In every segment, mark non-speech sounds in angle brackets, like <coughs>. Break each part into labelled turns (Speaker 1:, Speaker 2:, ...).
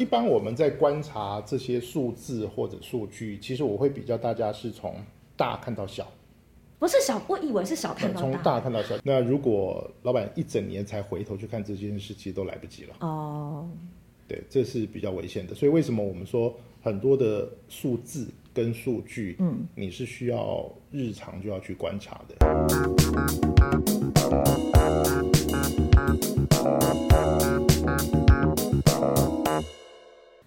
Speaker 1: 一般我们在观察这些数字或者数据，其实我会比较大家是从大看到小，
Speaker 2: 不是小，我以为是小看到
Speaker 1: 从
Speaker 2: 大
Speaker 1: 大看到小。那如果老板一整年才回头去看这件事，其实都来不及了。
Speaker 2: 哦，
Speaker 1: 对，这是比较危险的。所以为什么我们说很多的数字跟数据，嗯，你是需要日常就要去观察的。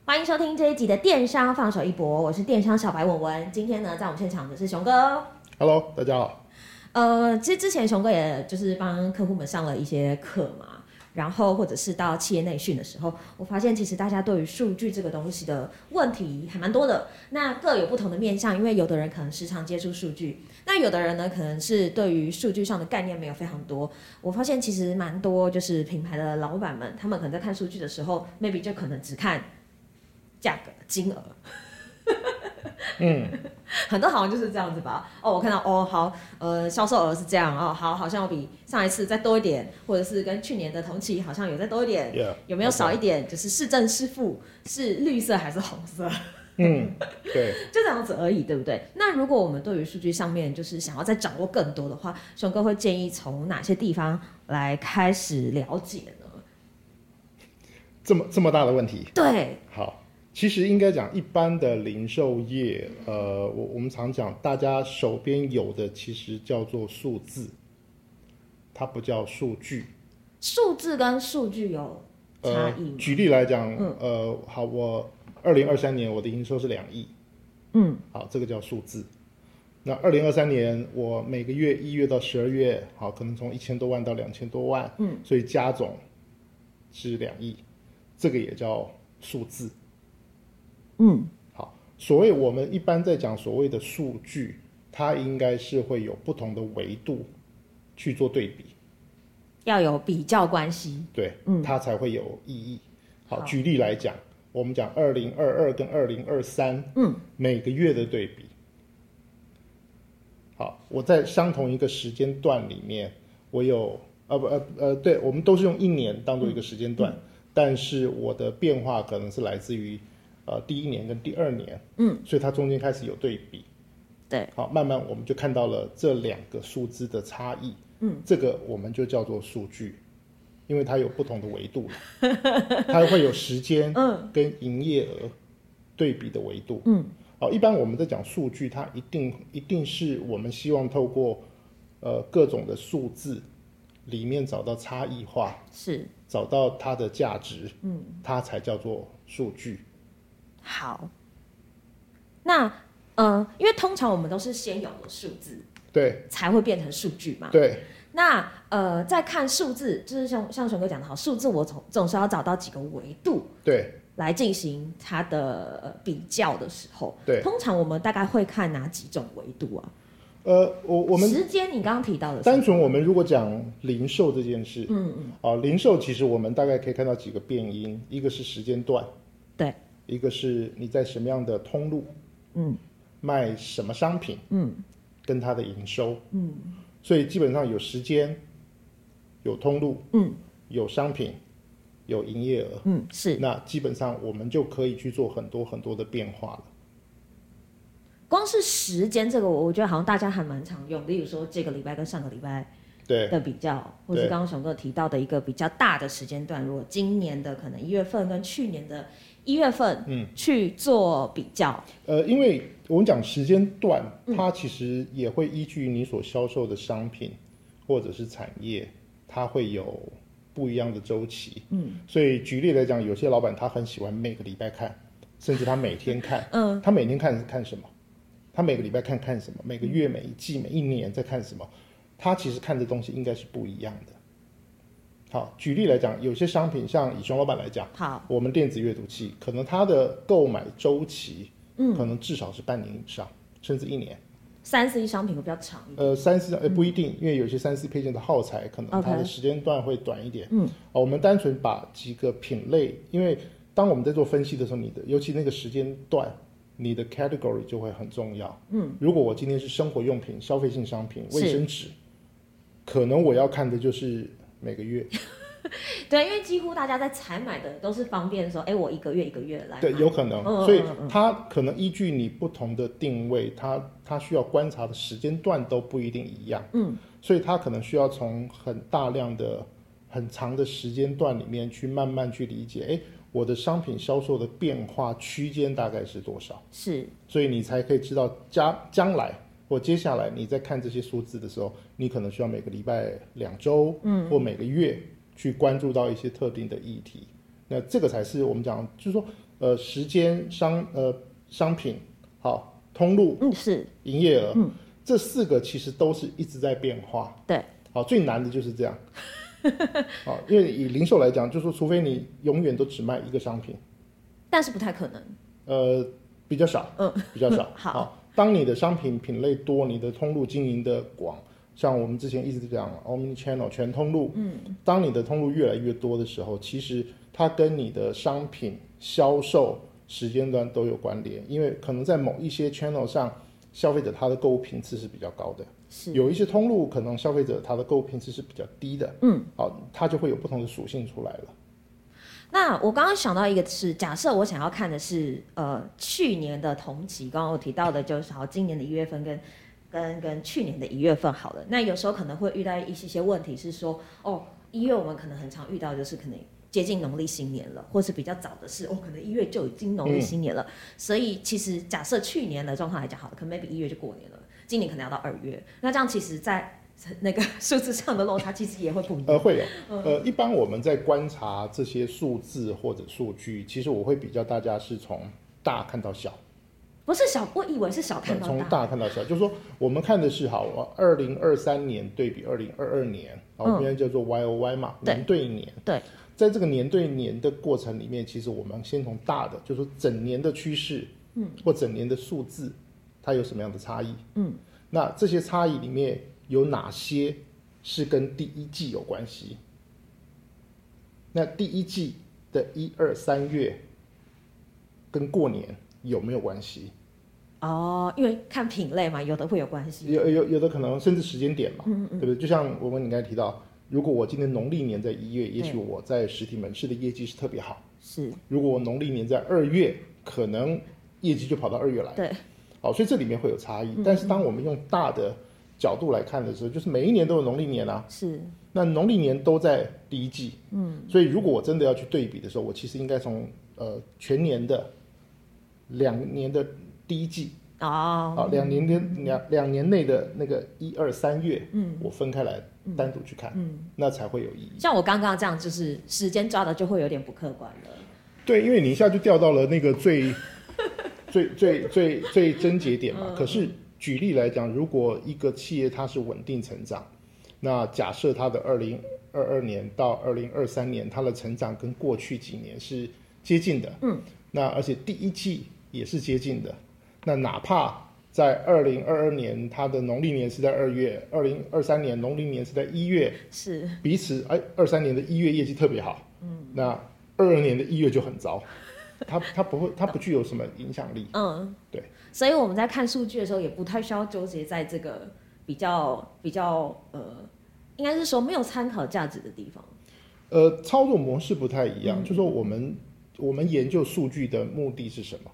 Speaker 2: 欢迎收听这一集的电商放手一搏，我是电商小白文文。今天呢，在我们现场的是熊哥。
Speaker 1: Hello，大家好。
Speaker 2: 呃，其实之前熊哥也就是帮客户们上了一些课嘛，然后或者是到企业内训的时候，我发现其实大家对于数据这个东西的问题还蛮多的，那各有不同的面向，因为有的人可能时常接触数据，那有的人呢可能是对于数据上的概念没有非常多。我发现其实蛮多就是品牌的老板们，他们可能在看数据的时候，maybe 就可能只看价格金额。 <laughs> 很多好像就是这样子吧。哦，我看到哦，好，呃，销售额是这样哦，好，好像有比上一次再多一点，或者是跟去年的同期好像有再多一点
Speaker 1: Yeah，
Speaker 2: 有没有少一点？就是是正是负，是绿色还是红色，
Speaker 1: 嗯，对。
Speaker 2: 就这样子而已，对不对？那如果我们对于数据上面就是想要再掌握更多的话，熊哥会建议从哪些地方来开始了解呢？
Speaker 1: 这么这么大的问题，
Speaker 2: 对，
Speaker 1: 好，其实应该讲一般的零售业，呃，我我们常讲，大家手边有的其实叫做数字，它不叫数据。
Speaker 2: 数字跟数据有差
Speaker 1: 呃
Speaker 2: 异，嗯吗？
Speaker 1: 举例来讲，呃，好，我二零二三年我的营收是两亿，
Speaker 2: 嗯，
Speaker 1: 好，这个叫数字。那二零二三年，我每个月一月到十二月，好，可能从一千多万到两千多万，嗯，所以加总是两亿，这个也叫数字。
Speaker 2: 嗯，
Speaker 1: 好，所谓我们一般在讲所谓的数据，它应该是会有不同的维度去做对比，
Speaker 2: 要有比较关系，
Speaker 1: 对，它才会有意义。嗯好，
Speaker 2: 好
Speaker 1: 举例来讲，我们讲二零二二跟二零二三，嗯，每个月的对比。好，我在相同一个时间段里面，我有呃不呃呃，对我们都是用一年当做一个时间段，但是我的变化可能是来自于呃第一年跟第二年，嗯，所以它中间开始有对比。
Speaker 2: 对，
Speaker 1: 好，慢慢我们就看到了这两个数字的差异。嗯，这个我们就叫做数据，因为它有不同的维度 <laughs> 了它会有时间嗯跟营业额对比的维度。嗯，好，一般我们在讲数据，它一定一定是我们希望透过呃各种的数字里面找到差异化，
Speaker 2: 是
Speaker 1: 找到它的价值，嗯，它才叫做数据。
Speaker 2: 好，那呃，因为通常我们都是先有了数字，
Speaker 1: 对
Speaker 2: 才会变成数据嘛。
Speaker 1: 对，
Speaker 2: 那呃，在看数字，就是像像熊哥讲的好，数字我总总是要找到几个维度
Speaker 1: 对，
Speaker 2: 来进行它的呃比较的时候，
Speaker 1: 对
Speaker 2: 通常我们大概会看哪几种维度啊？
Speaker 1: 呃，我我们
Speaker 2: 时间，你刚刚提到的
Speaker 1: 单
Speaker 2: 是，
Speaker 1: 纯我们如果讲零售这件事，嗯嗯，哦，零售其实我们大概可以看到几个变因，一个是时间段，
Speaker 2: 对，
Speaker 1: 一个是你在什么样的通路，
Speaker 2: 嗯，
Speaker 1: 卖什么商品，
Speaker 2: 嗯，
Speaker 1: 跟它的营收，嗯，所以基本上有时间，有通路，
Speaker 2: 嗯，
Speaker 1: 有商品，有营业额，
Speaker 2: 嗯，是
Speaker 1: 那基本上我们就可以去做很多很多的变化了。
Speaker 2: 光是时间这个，我我觉得好像大家还蛮常用，例如说这个礼拜跟上个礼拜。
Speaker 1: 对，
Speaker 2: 的比较，或是
Speaker 1: 对
Speaker 2: 刚刚熊哥提到的一个比较大的时间段，如果今年的可能一月份跟去年的一月份，嗯，去做比较，
Speaker 1: 呃，因为我们讲时间段，它其实也会依据你所销售的商品或者是产业，它会有不一样的周期。嗯，所以举例来讲，有些老板他很喜欢每个礼拜看，甚至他每天看。嗯，他每天看是看什么？他每个礼拜看看什么？每个月、每一季、每一年在看什么？他其实看的东西应该是不一样的。好，举例来讲，有些商品，像以熊老板来讲。
Speaker 2: 好，
Speaker 1: 我们电子阅读器，可能它的购买周期，嗯，可能至少是半年以上，甚至一年。
Speaker 2: 三 C 商品会比较长，
Speaker 1: 呃，三 C 呃不一定，因为有些三 C 配件的耗材可能
Speaker 2: OK
Speaker 1: 它的时间段会短一点。嗯，我们单纯把几个品类，因为当我们在做分析的时候，你的尤其那个时间段，你的 category 就会很重要。嗯，如果我今天是生活用品、消费性商品、
Speaker 2: 是
Speaker 1: 卫生纸，可能我要看的就是每个月。
Speaker 2: 对，因为几乎大家在采买的都是方便说，哎，我一个月一个月来买。
Speaker 1: 对，有可能
Speaker 2: 嗯嗯，
Speaker 1: 所以
Speaker 2: 嗯嗯
Speaker 1: 它可能依据你不同的定位，它它需要观察的时间段都不一定一样，
Speaker 2: 嗯，
Speaker 1: 所以它可能需要从很大量的、很长的时间段里面去慢慢去理解，哎，我的商品销售的变化区间大概是多少，
Speaker 2: 是
Speaker 1: 所以你才可以知道将将来或接下来你在看这些数字的时候，你可能需要每个礼拜、两周，嗯，或每个月去关注到一些特定的议题。那这个才是我们讲，就是说，呃，时间、商呃商品、好通路、
Speaker 2: 嗯是
Speaker 1: 营业额，嗯，这四个其实都是一直在变化。
Speaker 2: 对，
Speaker 1: 好，最难的就是这样。好，因为以零售来讲，就是说，除非你永远都只卖一个商品，
Speaker 2: 但是不太可能。
Speaker 1: 呃，比较少，
Speaker 2: 嗯，。
Speaker 1: 比较少
Speaker 2: <laughs> 好
Speaker 1: 当你的商品品类多，你的通路经营的广，像我们之前一直讲 omni channel 全通路，嗯，当你的通路越来越多的时候，其实它跟你的商品销售时间段都有关联，因为可能在某一些 channel 上，消费者他的购物频次是比较高的。
Speaker 2: 是
Speaker 1: 有一些通路可能消费者他的购物频次是比较低的，嗯，好、它就会有不同的属性出来了。
Speaker 2: 那我刚刚想到一个是，假设我想要看的是呃去年的同期，刚刚我提到的就是好今年的一月份跟。跟跟去年的一月份好了，那有时候可能会遇到一些些问题，是说哦，一月我们可能很常遇到，就是可能接近农历新年了，或是比较早的是哦，可能一月就已经农历新年了。所以其实假设去年的状况来讲好了，可能 maybe 一月就过年了，今年可能要到二月，那这样其实在那个数字上的落差其实也会不一
Speaker 1: 呃，
Speaker 2: 样。
Speaker 1: 会
Speaker 2: 嗯
Speaker 1: 有。呃，一般我们在观察这些数字或者数据，其实我会比较大家是从大看到小，
Speaker 2: 不是小，我以为是小看
Speaker 1: 呃
Speaker 2: 到
Speaker 1: 从
Speaker 2: 大。
Speaker 1: 大看到小，就是说我们看的是好，二零二三年对比二零二二年，好，我们现在叫做 Y O Y 嘛，
Speaker 2: 嗯对
Speaker 1: 年对年。
Speaker 2: 对，
Speaker 1: 在这个年对年的过程里面，其实我们先从大的，就是说整年的趋势，嗯，或整年的数字，它有什么样的差异？嗯，那这些差异里面有哪些是跟第一季有关系？那第一季的一二三月跟过年有没有关系？
Speaker 2: 哦，因为看品类嘛，有的会有关系。
Speaker 1: 有有有的可能甚至时间点嘛，对不对？就像我们你刚才提到，如果我今年农历年在一月，也许我在实体门市的业绩是特别好。
Speaker 2: 是，
Speaker 1: 如果我农历年在二月，可能业绩就跑到二月来。
Speaker 2: 对，
Speaker 1: 好，所以这里面会有差异。但是当我们用大的角度来看的时候，就是每一年都有农历年啊，
Speaker 2: 是，
Speaker 1: 那农历年都在第一季，嗯，所以如果我真的要去对比的时候，我其实应该从呃全年的两年的第一季
Speaker 2: 哦，
Speaker 1: 啊，两年的两两年内的那个一二三月，嗯，我分开来单独去看，嗯，那才会有意义。
Speaker 2: 像我刚刚这样，就是时间抓的就会有点不客观了。
Speaker 1: 对，因为你一下就掉到了那个最最最最最症结点嘛。可是举例来讲，如果一个企业它是稳定成长，那假设它的二零二二年到二零二三年它的成长跟过去几年是接近的，嗯，那而且第一季也是接近的，那哪怕。在二零二二年，它的农历年是在二月；二零二三年农历年是在一月。
Speaker 2: 是，
Speaker 1: 彼此哎，二三年的一月业绩特别好，嗯，那二二年的一月就很糟，它它不会，它不具有什么影响力，
Speaker 2: 嗯，
Speaker 1: 对。
Speaker 2: 所以我们在看数据的时候，也不太需要纠结在这个比较比较呃，应该是说没有参考价值的地方。
Speaker 1: 呃，操作模式不太一样，就说我们我们研究数据的目的是什么？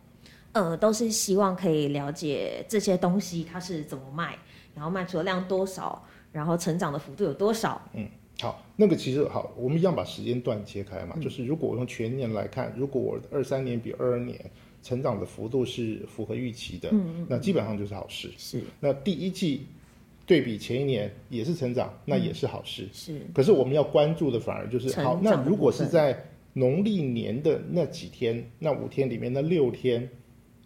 Speaker 2: 呃，都是希望可以了解这些东西它是怎么卖，然后卖出的量多少，然后成长的幅度有多少。
Speaker 1: 好，那个其实好，我们一样把时间段切开嘛，就是如果我用全年来看，如果我二三年比二二年成长的幅度是符合预期的，那基本上就是好事。
Speaker 2: 是
Speaker 1: 那第一季对比前一年也是成长，那也是好事。
Speaker 2: 是，
Speaker 1: 可是我们要关注的反而就是，
Speaker 2: 成
Speaker 1: 好，
Speaker 2: 长
Speaker 1: 那
Speaker 2: 的
Speaker 1: 如
Speaker 2: 部
Speaker 1: 果是
Speaker 2: 分
Speaker 1: 在农历年的那几天，那五天里面那六天，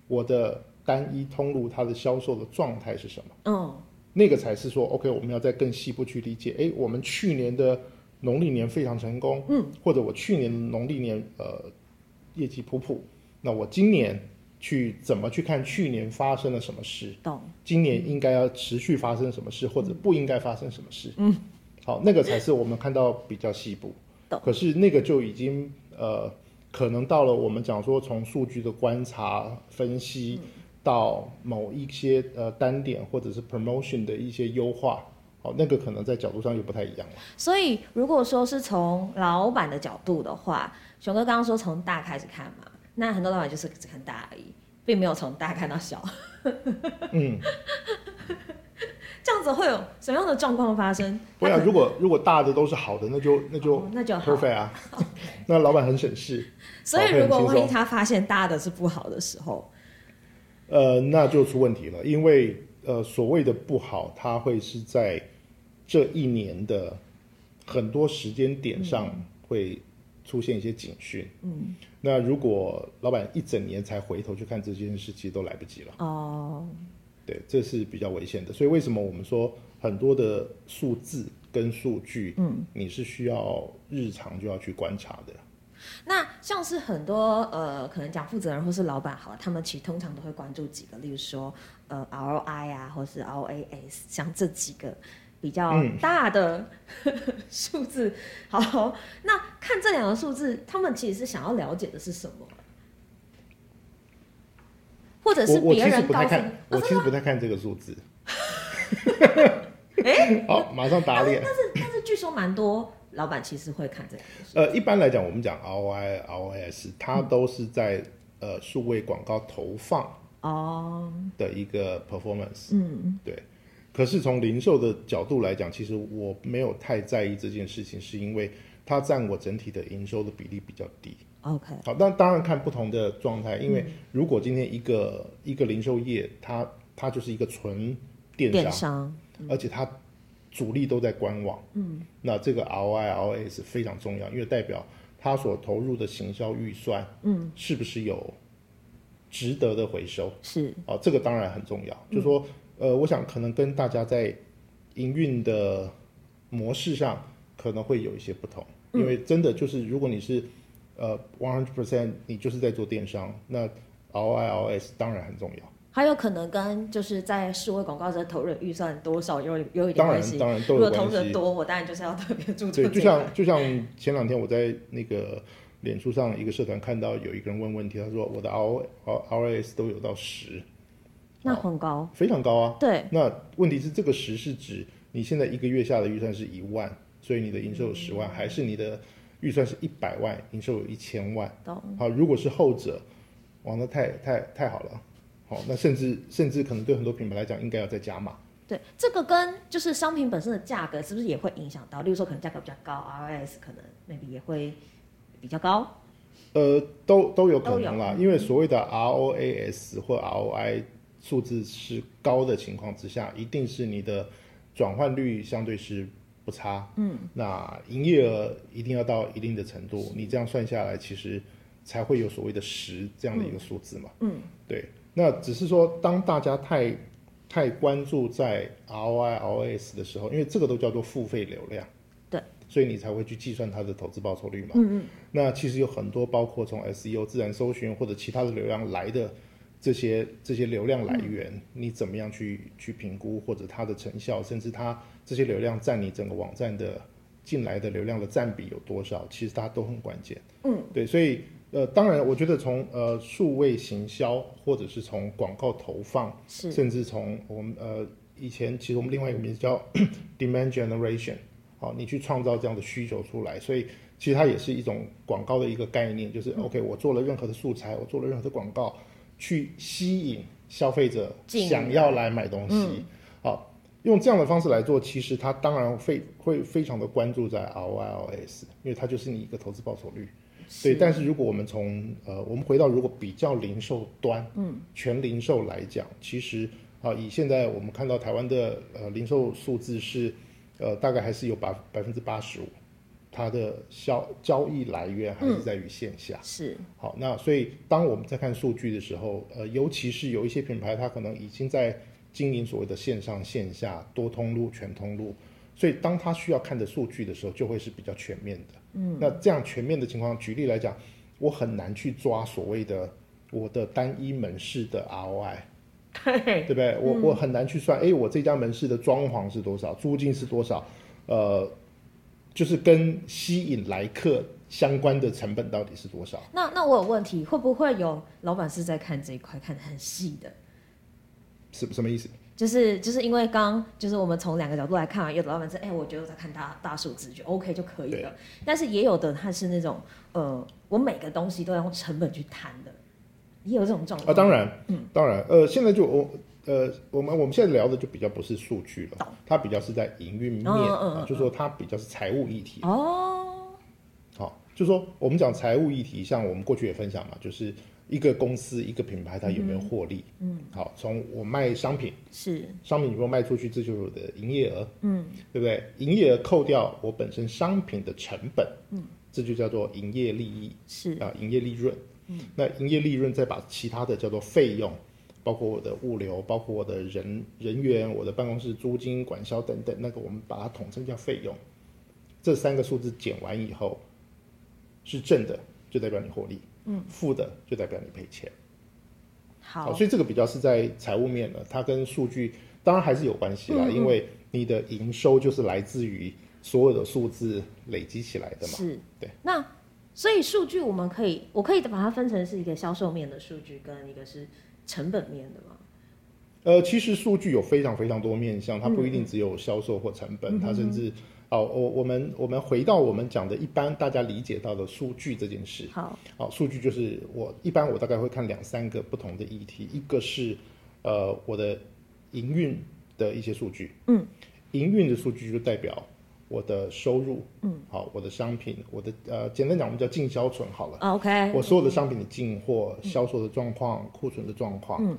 Speaker 1: 我的单一通路它的销售的状态是什么？
Speaker 2: 嗯，
Speaker 1: 那个才是说，OK，我们要再更细部去理解。诶，我们去年的农历年非常成功，嗯，或者我去年的农历年呃业绩普普，那我今年去怎么去看去年发生了什么事？
Speaker 2: 懂。
Speaker 1: 今年应该要持续发生什么事，或
Speaker 2: 嗯
Speaker 1: 者不应该发生什么事。嗯，好，那个才是我们看到比较细部
Speaker 2: 懂。
Speaker 1: 可是那个就已经呃，可能到了我们讲说从数据的观察分
Speaker 2: 嗯
Speaker 1: 析到某一些呃单点或者是 promotion 的一些优化，哦，那个可能在角度上又不太一样了。
Speaker 2: 所以如果说是从老板的角度的话，熊哥刚刚说从大开始看嘛，那很多老板就是只看大而已，并没有从大看到小。
Speaker 1: 嗯，
Speaker 2: <laughs> 这样子会有什么样的状况发生？
Speaker 1: 不要、
Speaker 2: 他
Speaker 1: 啊，
Speaker 2: 可
Speaker 1: 如果如果大的都是好的，那就那就
Speaker 2: 哦那就好。
Speaker 1: perfect
Speaker 2: <laughs>
Speaker 1: 啊，那老板很省事，
Speaker 2: 所以
Speaker 1: 好会
Speaker 2: 如
Speaker 1: 很
Speaker 2: 果
Speaker 1: 轻
Speaker 2: 万一
Speaker 1: 松，
Speaker 2: 他发现大的是不好的时候，
Speaker 1: 呃，那就出问题了，因为呃所谓的不好，它会是在这一年的很多时间
Speaker 2: 嗯
Speaker 1: 点上会出现一些警讯。嗯，那如果老板一整年才回头去看这件事，其实都来不及了。
Speaker 2: 哦，
Speaker 1: 对，这是比较危险的。所以为什么我们说很多的数字跟数据，嗯，你是需要日常就要去观察的。
Speaker 2: 那像是很多呃，可能讲负责人或是老板好了，他们其实通常都会关注几个，例如说呃 ROI 啊，或是 ROAS，像这几个比较
Speaker 1: 嗯
Speaker 2: 大的数、字。好，那看这两个数字，他们其实是想要了解的是什么？或者是
Speaker 1: 我我
Speaker 2: 别
Speaker 1: 其实
Speaker 2: 人
Speaker 1: 不
Speaker 2: 告
Speaker 1: 太
Speaker 2: 诉你
Speaker 1: 看，，我其实不太看这个数字。
Speaker 2: 哎、
Speaker 1: 好，马上打脸。
Speaker 2: 但是据说蛮多老板其实会看这两个数字。
Speaker 1: 呃，一般来讲，我们讲 ROI、ROS，它都是在呃数位广告投放
Speaker 2: 哦，
Speaker 1: 的一个 performance。
Speaker 2: 嗯，
Speaker 1: 对。可是从零售的角度来讲，其实我没有太在意这件事情，是因为它占我整体的营收的比例比较低。
Speaker 2: 哦 OK，
Speaker 1: 好，那当然看不同的状态，因为如果今天一个、一个零售业，它它就是一个纯电商，
Speaker 2: 商
Speaker 1: 而且它主力都在官网，嗯，那这个 ROI、ROS 非常重要，因为代表它所投入的行销预算，嗯，是不是有值得的回收？
Speaker 2: 是嗯
Speaker 1: 哦，这个当然很重要。就说，呃，我想可能跟大家在营运的模式上可能会有一些不同，
Speaker 2: 嗯
Speaker 1: 因为真的就是如果你是呃 one hundred percent，你就是在做电商，那 ROI、ROS 当然很重要，
Speaker 2: 还有可能跟就是在数位广告这投入的预算多少有有一点
Speaker 1: 当
Speaker 2: 关
Speaker 1: 然
Speaker 2: 系。
Speaker 1: 当然
Speaker 2: 如
Speaker 1: 都
Speaker 2: 果
Speaker 1: 有
Speaker 2: 投
Speaker 1: 关
Speaker 2: 入的
Speaker 1: 系。
Speaker 2: 多，我当然就是要特别注重
Speaker 1: 对，
Speaker 2: 这
Speaker 1: 就
Speaker 2: 个。
Speaker 1: 像就像前两天我在那个脸书上一个社团看到有一个人问问题，他说我的哦 RO ROS 都有到十，
Speaker 2: 那很高，
Speaker 1: 非常高啊。
Speaker 2: 哦对，
Speaker 1: 那问题是，这个十是指你现在一个月下的预算是一万，所以你的营收有十
Speaker 2: 嗯
Speaker 1: 万，还是你的预算是一百万，营收有一千万？
Speaker 2: 懂。
Speaker 1: 好，如果是后者，哇，那太太太好了。好，那甚至甚至可能对很多品牌来讲，应该要再加码。
Speaker 2: 对，这个跟就是商品本身的价格是不是也会影响到？例如说，可能价格比较高，ROS 可能 maybe 也会比较高。
Speaker 1: 呃，都都有可
Speaker 2: 都有嗯
Speaker 1: 能啦，因为所谓的 ROAS 或 ROI 数字是高的情况之下，一定是你的转换率相对是不差，嗯，那营业额一定要到一定的程度，你这样算下来，其实才会有所谓的十这样的一个数字嘛，
Speaker 2: 嗯，
Speaker 1: 对，那只是说当大家太太关注在 ROI、ROS 的时候，因为这个都叫做付费流量。
Speaker 2: 对，
Speaker 1: 所以你才会去计算它的投资报酬率嘛。
Speaker 2: 嗯嗯，
Speaker 1: 那其实有很多包括从 SEO 自然搜寻或者其他的流量来的这些这些流量来源，你怎么样去去评估或者它的成效，甚至它这些流量占你整个网站的进来的流量的占比有多少，其实它都很关键。
Speaker 2: 嗯，
Speaker 1: 对，所以呃，当然我觉得从呃数位行销或者是从广告投放。
Speaker 2: 是
Speaker 1: 甚至从我们呃以前其实我们另外一个名字叫 <coughs> demand generation，好、你去创造这样的需求出来，所以其实它也是一种广告的一个概念，就是
Speaker 2: 嗯
Speaker 1: OK，我做了任何的素材，我做了任何的广告，去吸引消费者
Speaker 2: 进嗯
Speaker 1: 想要来买东西，好、用这样的方式来做，其实它当然非会非常的关注在 ROIS，因为它就是你一个投资报酬率。对，但是如果我们从呃，我们回到如果比较零售端，嗯，全零售来讲，其实啊、以现在我们看到台湾的呃零售数字是，呃，大概还是有百百分之八十五，它的销交易来源还是在于线下。
Speaker 2: 是 <laughs>
Speaker 1: 好，那所以当我们在看数据的时候，呃，尤其是有一些品牌，它可能已经在经营所谓的线上线下多通路、全通路，所以当它需要看的数据的时候，就会是比较全面的。嗯，那这样全面的情况，举例来讲，我很难去抓所谓的我的单一门市的 ROI。
Speaker 2: 对，
Speaker 1: 对不对？我我很难去算，哎，我这家门市的装潢是多少，租金是多少，呃，就是跟吸引来客相关的成本到底是多少？
Speaker 2: 那那我有问题，会不会有老板是在看这一块看的很细的？
Speaker 1: 什什么意思？
Speaker 2: 就是就是因为刚就是我们从两个角度来看嘛，有的老板是哎、我觉得我在看大大数字就 OK 就可以了，但是也有的他是那种呃，我每个东西都要用成本去谈的，也有这种状况
Speaker 1: 啊，当然，嗯，当然，呃，现在就我呃，我们我们现在聊的就比较不是数据了，它比较是在营运面，
Speaker 2: 嗯嗯嗯
Speaker 1: 啊、就说它比较是财务议题。
Speaker 2: 哦，
Speaker 1: 好、就说我们讲财务议题，像我们过去也分享嘛，就是一个公司一个品牌它有没有获利，嗯，好，从我卖商品，
Speaker 2: 是
Speaker 1: 商品有没有卖出去，这就是我的营业额，嗯，对不对？营业额扣掉我本身商品的成本，嗯，这就叫做营业利益。
Speaker 2: 是嗯
Speaker 1: 啊、营业利润。那营业利润再把其他的叫做费用，包括我的物流，包括我的人人员、我的办公室租金、管销等等，那个我们把它统称叫费用。这三个数字减完以后，是正的就代表你获利，嗯，负的就代表你赔钱。
Speaker 2: 好，
Speaker 1: 所以这个比较是在财务面的，它跟数据当然还是有关系啦，
Speaker 2: 嗯
Speaker 1: 因为你的营收就是来自于所有的数字累积起来的嘛。
Speaker 2: 是，
Speaker 1: 对。
Speaker 2: 那所以数据我们可以，我可以把它分成是一个销售面的数据，跟一个是成本面的嘛。
Speaker 1: 呃，其实数据有非常非常多面向，它不一定只有销售或成本，它甚至哦，我我们我们回到我们讲的一般大家理解到的数据这件事，
Speaker 2: 好，
Speaker 1: 哦，数据就是我一般我大概会看两三个不同的议题，一个是呃我的营运的一些数据，嗯，营运的数据就代表我的收入，嗯，好、我的商品，我的呃简单讲我们叫净销存好了。
Speaker 2: 啊 OK，
Speaker 1: 我所有的商品的进货、
Speaker 2: 嗯
Speaker 1: 销售的状况、库存的状况，嗯，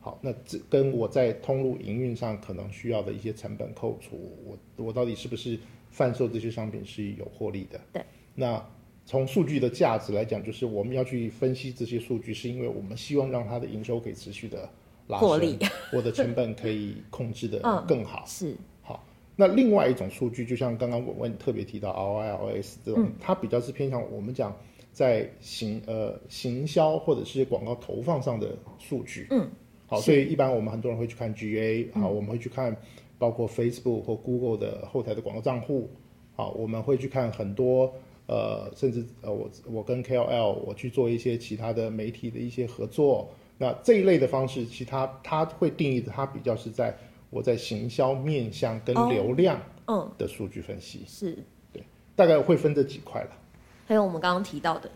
Speaker 1: 好，那这跟我在通路营运上可能需要的一些成本扣除，我我到底是不是贩售这些商品是有获利的？
Speaker 2: 对，
Speaker 1: 那。从数据的价值来讲，就是我们要去分析这些数据，是因为我们希望让它的营收可以持续的拉升，
Speaker 2: 获利嗯
Speaker 1: 我的成本可以控制的更好。
Speaker 2: 是
Speaker 1: 好，那另外一种数据，就像刚刚我问特别提到 ROI、ROS 这
Speaker 2: 嗯
Speaker 1: 种，它比较是偏向我们讲在行呃行销或者是广告投放上的数据。嗯，好，所以一般我们很多人会去看 GA，好，
Speaker 2: 嗯
Speaker 1: 我们会去看包括 Facebook 或 Google 的后台的广告账户，好，我们会去看很多。呃，甚至呃，我我跟 KOL 我去做一些其他的媒体的一些合作，那这一类的方式，其他它会定义的，它比较是在我在行销面向跟
Speaker 2: 哦
Speaker 1: 流量
Speaker 2: 嗯
Speaker 1: 的数据分析，
Speaker 2: 是，
Speaker 1: 大概会分这几块了。
Speaker 2: 还有我们刚刚提到的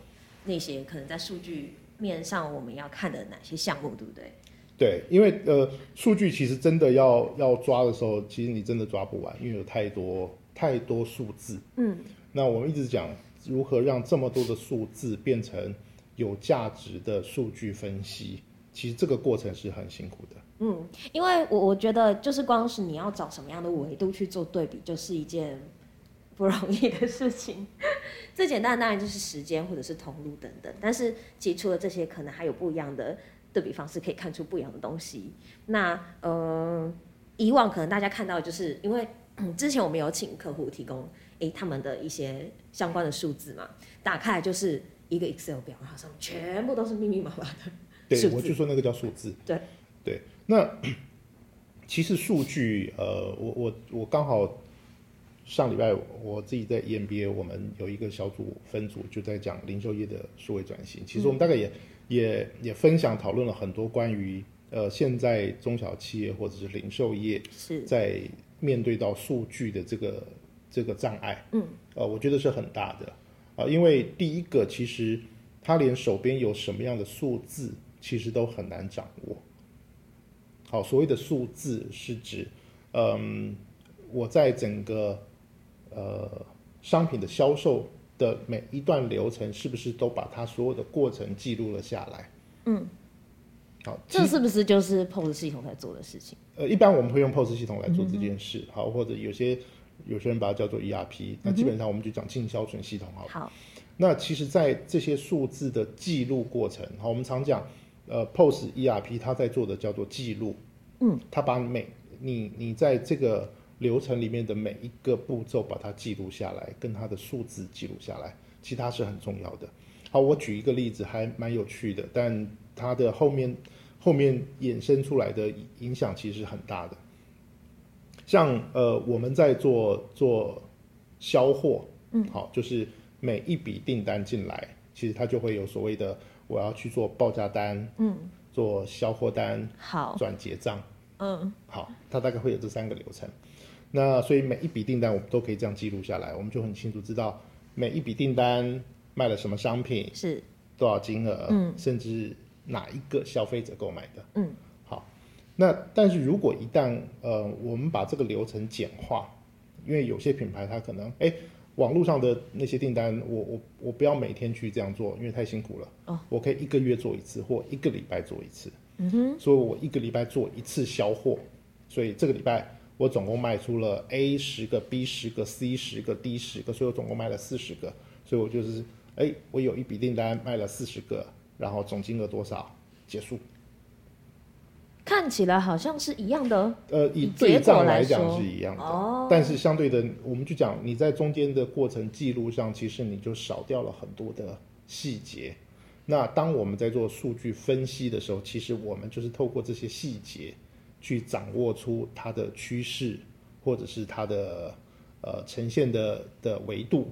Speaker 2: 那些可能在数据面上我们要看的哪些项目，对不对？
Speaker 1: 对，因为呃，数据其实真的要要抓的时候，其实你真的抓不完，因为有太多太多数字。
Speaker 2: 嗯，
Speaker 1: 那我们一直讲如何让这么多的数字变成有价值的数据分析，其实这个过程是很辛苦的。
Speaker 2: 嗯，因为我我觉得就是光是你要找什么样的维度去做对比，就是一件不容易的事情。 <laughs> 最简单的当然就是时间或者是通路等等，但是其实除了这些，可能还有不一样的对比方式，可以看出不一样的东西。那呃，以往可能大家看到的就是因为、嗯之前我们有请客户提供诶他们的一些相关的数字嘛，打开来就是一个 Excel 表，然后上面全部都是密密麻麻的
Speaker 1: 对
Speaker 2: 数，
Speaker 1: 我
Speaker 2: 字。
Speaker 1: 就说那个叫数字。
Speaker 2: 对
Speaker 1: 对，那 <clears throat> 其实数据，呃，我我我刚好上礼拜我自己在 E EMBA，我们有一个小组分组就在讲零售业的数位转型。其
Speaker 2: 嗯
Speaker 1: 实我们大概也、也也分享讨论了很多关于呃现在中小企业或者是零售业
Speaker 2: 是
Speaker 1: 在面对到数据的这个这个障碍，嗯，呃，我觉得是很大的啊、呃因为第一个其实他连手边有什么样的数字，其实都很难掌握。好，所谓的数字是指，嗯，我在整个呃商品的销售的每一段流程，是不是都把它所有的过程记录了下来？嗯，好，
Speaker 2: 这是不是就是 POS 系统在做的事情？
Speaker 1: 呃，一般我们会用 POS 系统来做这件事，好，或者有些有些人把它叫做 ERP，那基本上我们就讲进销存系统好啊了。
Speaker 2: 好，
Speaker 1: 那其实，在这些数字的记录过程，好，我们常讲，呃，POS ERP 它在做的叫做记录，嗯，它把每你你在这个流程里面的每一个步骤把它记录下来，跟它的数字记录下来，其他是很重要的。好，我举一个例子，还蛮有趣的，但它的后面后面衍生出来的影响其实很大的。像呃，我们在做做销货，嗯，好，就是每一笔订单进来，其实它就会有所谓的我要去做报价单，嗯，做销货单，
Speaker 2: 好，
Speaker 1: 转结账。
Speaker 2: 嗯，
Speaker 1: 好，它大概会有这三个流程。那所以每一笔订单我们都可以这样记录下来，我们就很清楚知道每一笔订单卖了什么商品，
Speaker 2: 是
Speaker 1: 多少金额，甚至哪一个消费者购买的，
Speaker 2: 嗯，
Speaker 1: 好，那但是如果一旦呃我们把这个流程简化，因为有些品牌它可能哎。网络上的那些订单，我我我不要每天去这样做，因为太辛苦了。
Speaker 2: 哦，
Speaker 1: 我可以一个月做一次，或一个礼拜做一次。
Speaker 2: 嗯哼，
Speaker 1: 所以我一个礼拜做一次销货，所以这个礼拜我总共卖出了 A 十个、B 十个、C 十个、D 十个，所以我总共卖了四十个，所以我就是哎，我有一笔订单卖了四十个，然后总金额多少结束。
Speaker 2: 看起来好像是一样的哦
Speaker 1: 呃，以
Speaker 2: 以
Speaker 1: 对
Speaker 2: 结果
Speaker 1: 账
Speaker 2: 来
Speaker 1: 讲
Speaker 2: 说
Speaker 1: 是一样的，
Speaker 2: 哦
Speaker 1: 但是相对的，我们就讲你在中间的过程记录上，其实你就少掉了很多的细节。那当我们在做数据分析的时候，其实我们就是透过这些细节去掌握出它的趋势，或者是它的呃呈现的的维度，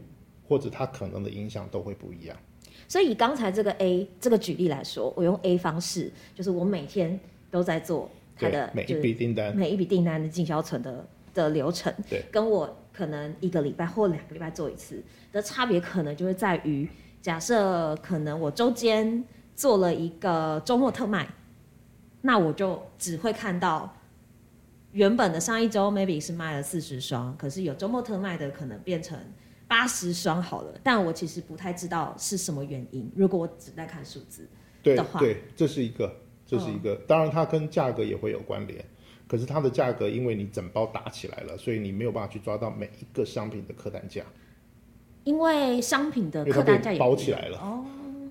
Speaker 1: 或者它可能的影响都会不一样。
Speaker 2: 所以以刚才这个 A 这个举例来说，我用 A 方式，就是我每天都在做它
Speaker 1: 对
Speaker 2: 的，
Speaker 1: 每一
Speaker 2: 就是
Speaker 1: 笔订单，
Speaker 2: 每一笔订单的进销存的的流程，
Speaker 1: 对，
Speaker 2: 跟我可能一个礼拜或两个礼拜做一次的差别，可能就会在于，假设可能我周间做了一个周末特卖，那我就只会看到。原本的上一周 maybe 是卖了四十双，可是有周末特卖的可能变成八十双好了，但我其实不太知道是什么原因。如果我只在看数字，
Speaker 1: 对
Speaker 2: 的话哦
Speaker 1: 对，这是一个，这是一个。当然，它跟价格也会有关联，可是它的价格因为你整包打起来了，所以你没有办法去抓到每一个商品的客单价，
Speaker 2: 因为商品的
Speaker 1: 因为它
Speaker 2: 客单价
Speaker 1: 被
Speaker 2: 也
Speaker 1: 包
Speaker 2: 不一
Speaker 1: 起
Speaker 2: 样
Speaker 1: 来了，
Speaker 2: 哦，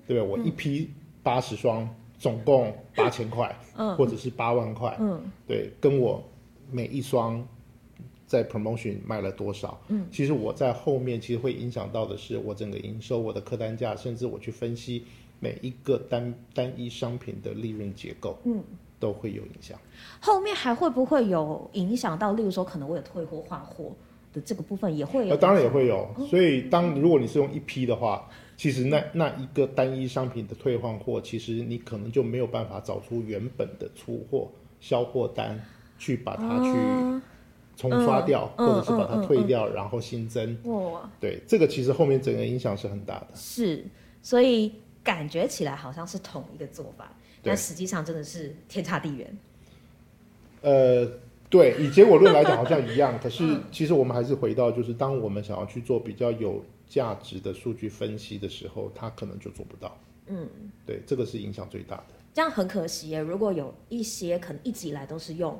Speaker 1: 对不对？我一批八十双，总共八千块，
Speaker 2: 嗯
Speaker 1: 或者是八万块，
Speaker 2: 嗯，
Speaker 1: 对，跟我每一双。在 promotion 卖了多少？嗯，其实我在后面其实会影响到的是我整个营收、我的客单价，甚至我去分析每一个单单一商品的利润结构，嗯，都会有影响。
Speaker 2: 后面还会不会有影响到？例如说，可能我有退货换货的这个部分也会有。嗯
Speaker 1: 呃，当然也会有。所以当如果你是用一批的话，其实那那一个单一商品的退换货，其实你可能就没有办法找出原本的出货销货单去把它去
Speaker 2: 啊
Speaker 1: 冲刷掉，
Speaker 2: 嗯
Speaker 1: 或者是把
Speaker 2: 嗯
Speaker 1: 它
Speaker 2: 嗯
Speaker 1: 退掉，然后新增。
Speaker 2: 哇，
Speaker 1: 对，这个其实后面整个影响是很大的。
Speaker 2: 是，所以感觉起来好像是同一个做法，
Speaker 1: 对
Speaker 2: 但实际上真的是天差地远。
Speaker 1: 呃，对，以结果论来讲好像一样，可是
Speaker 2: 嗯
Speaker 1: 其实我们还是回到，就是当我们想要去做比较有价值的数据分析的时候，它可能就做不到。嗯，对，这个是影响最大的。
Speaker 2: 这样很可惜耶。如果有一些可能一直以来都是用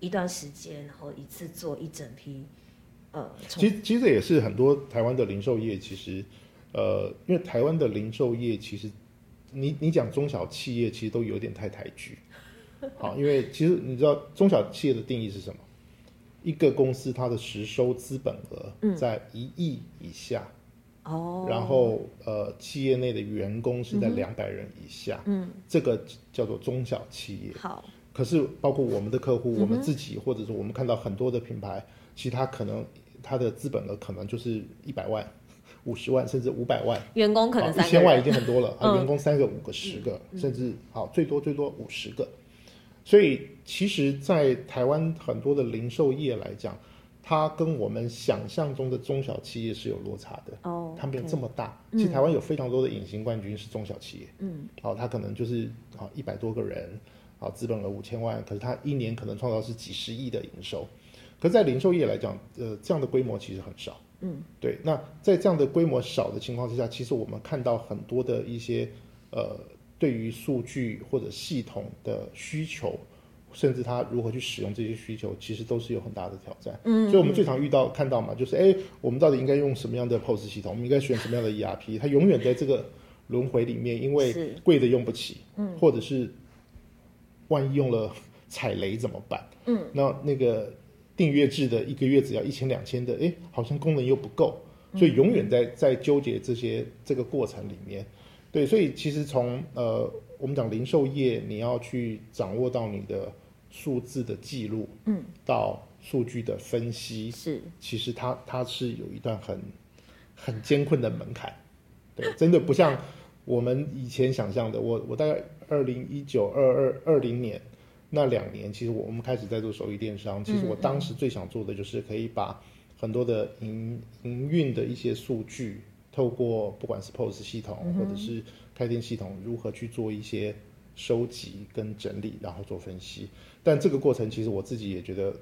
Speaker 2: 一段时间，然后一次做一整批，呃，从
Speaker 1: 其实其实也是很多台湾的零售业，其实呃，因为台湾的零售业其实你你讲中小企业，其实都有点太抬举。好，因为其实你知道中小企业的定义是什么？一个公司它的实收资本额在一亿以下，
Speaker 2: 哦，
Speaker 1: 然后呃，企业内的员工是在两百人以下，嗯，这个叫做中小企业。
Speaker 2: 好，
Speaker 1: 可是包括我们的客
Speaker 2: 嗯
Speaker 1: 户，我们自己，或者是我们看到很多的品牌，其实它可能它的资本额可能就是一百万、五十万，甚至五百万，
Speaker 2: 员工可
Speaker 1: 好
Speaker 2: 能
Speaker 1: 一
Speaker 2: 三个
Speaker 1: 千万已
Speaker 2: 人，
Speaker 1: 经很多了，啊，
Speaker 2: 嗯
Speaker 1: 员工三个、五个、十个，甚至好最多最多五十个。所以其实，在台湾很多的零售业来讲，它跟我们想象中的中小企业是有落差的。
Speaker 2: 哦，
Speaker 1: 它没有
Speaker 2: OK
Speaker 1: 这么大。其实台湾有非常多的隐形冠军是中小企业，嗯，好、它可能就是好一百多个人，好、资本额五千万，可是它一年可能创造是几十亿的营收。可是在零售业来讲，呃，这样的规模其实很少，嗯，对。那在这样的规模少的情况之下，其实我们看到很多的一些呃，对于数据或者系统的需求。甚至它如何去使用这些需求，其实都是有很大的挑战。嗯，所以我们最常遇到看到嘛，就是哎、我们到底应该用什么样的 POS 系统？我们应该选什么样的 ERP？它永远在这个轮回里面，因为
Speaker 2: 是
Speaker 1: 贵的用不起，嗯，或者是万一用了踩雷怎么办？嗯，那那个订阅制的一个月只要一千两千的，哎，好像功能又不够，所以永远在在纠结这些这个过程里面。对，所以其实从呃，我们讲零售业，你要去掌握到你的数字的记录，嗯，到数据的分析，
Speaker 2: 是
Speaker 1: 其实它它是有一段很很艰困的门槛，对，真的不像我们以前想象的。我我大概二零一九二二二零年，那两年，其实我我们开始在做手艺电商，其实我当时最想做的就是可以把很多的营营运的一些数据，透过不管是 POS 系统或者是开店系统，如何去做一些收集跟整理，然后做分析。但这个过程其实我自己也觉得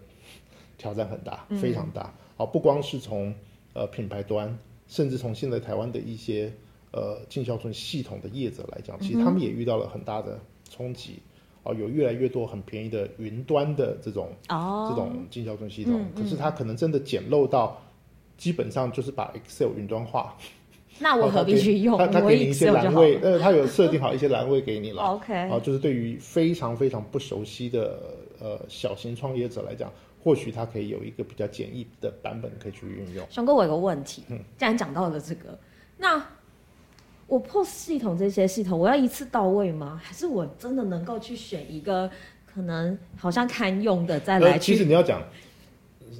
Speaker 1: 挑战很大，
Speaker 2: 嗯
Speaker 1: 非常大。好，不光是从呃品牌端，甚至从现在台湾的一些呃进销村系统的业者来讲，
Speaker 2: 嗯
Speaker 1: 其实他们也遇到了很大的冲击。哦，有越来越多很便宜的云端的这种、
Speaker 2: 哦嗯
Speaker 1: 这种经销村系统，可是它可能真的简陋到基本上就是把 Excel 云端化。
Speaker 2: 那我
Speaker 1: 哦它
Speaker 2: 何
Speaker 1: 给
Speaker 2: 必去用？
Speaker 1: 它它
Speaker 2: 我
Speaker 1: 给你一些
Speaker 2: Excel 就
Speaker 1: 栏
Speaker 2: 好
Speaker 1: 位，
Speaker 2: 了。
Speaker 1: 呃，它有设定好一些栏位给你了。
Speaker 2: OK，
Speaker 1: 啊，就是对于非常非常不熟悉的呃小型创业者来讲，或许它可以有一个比较简易的版本可以去运用。
Speaker 2: 熊哥，我有个问题，
Speaker 1: 嗯
Speaker 2: 既然讲到了这个，那我 POS 系统这些系统，我要一次到位吗？还是我真的能够去选一个可能好像堪用的再来
Speaker 1: 呃其
Speaker 2: 去？
Speaker 1: 实你要讲，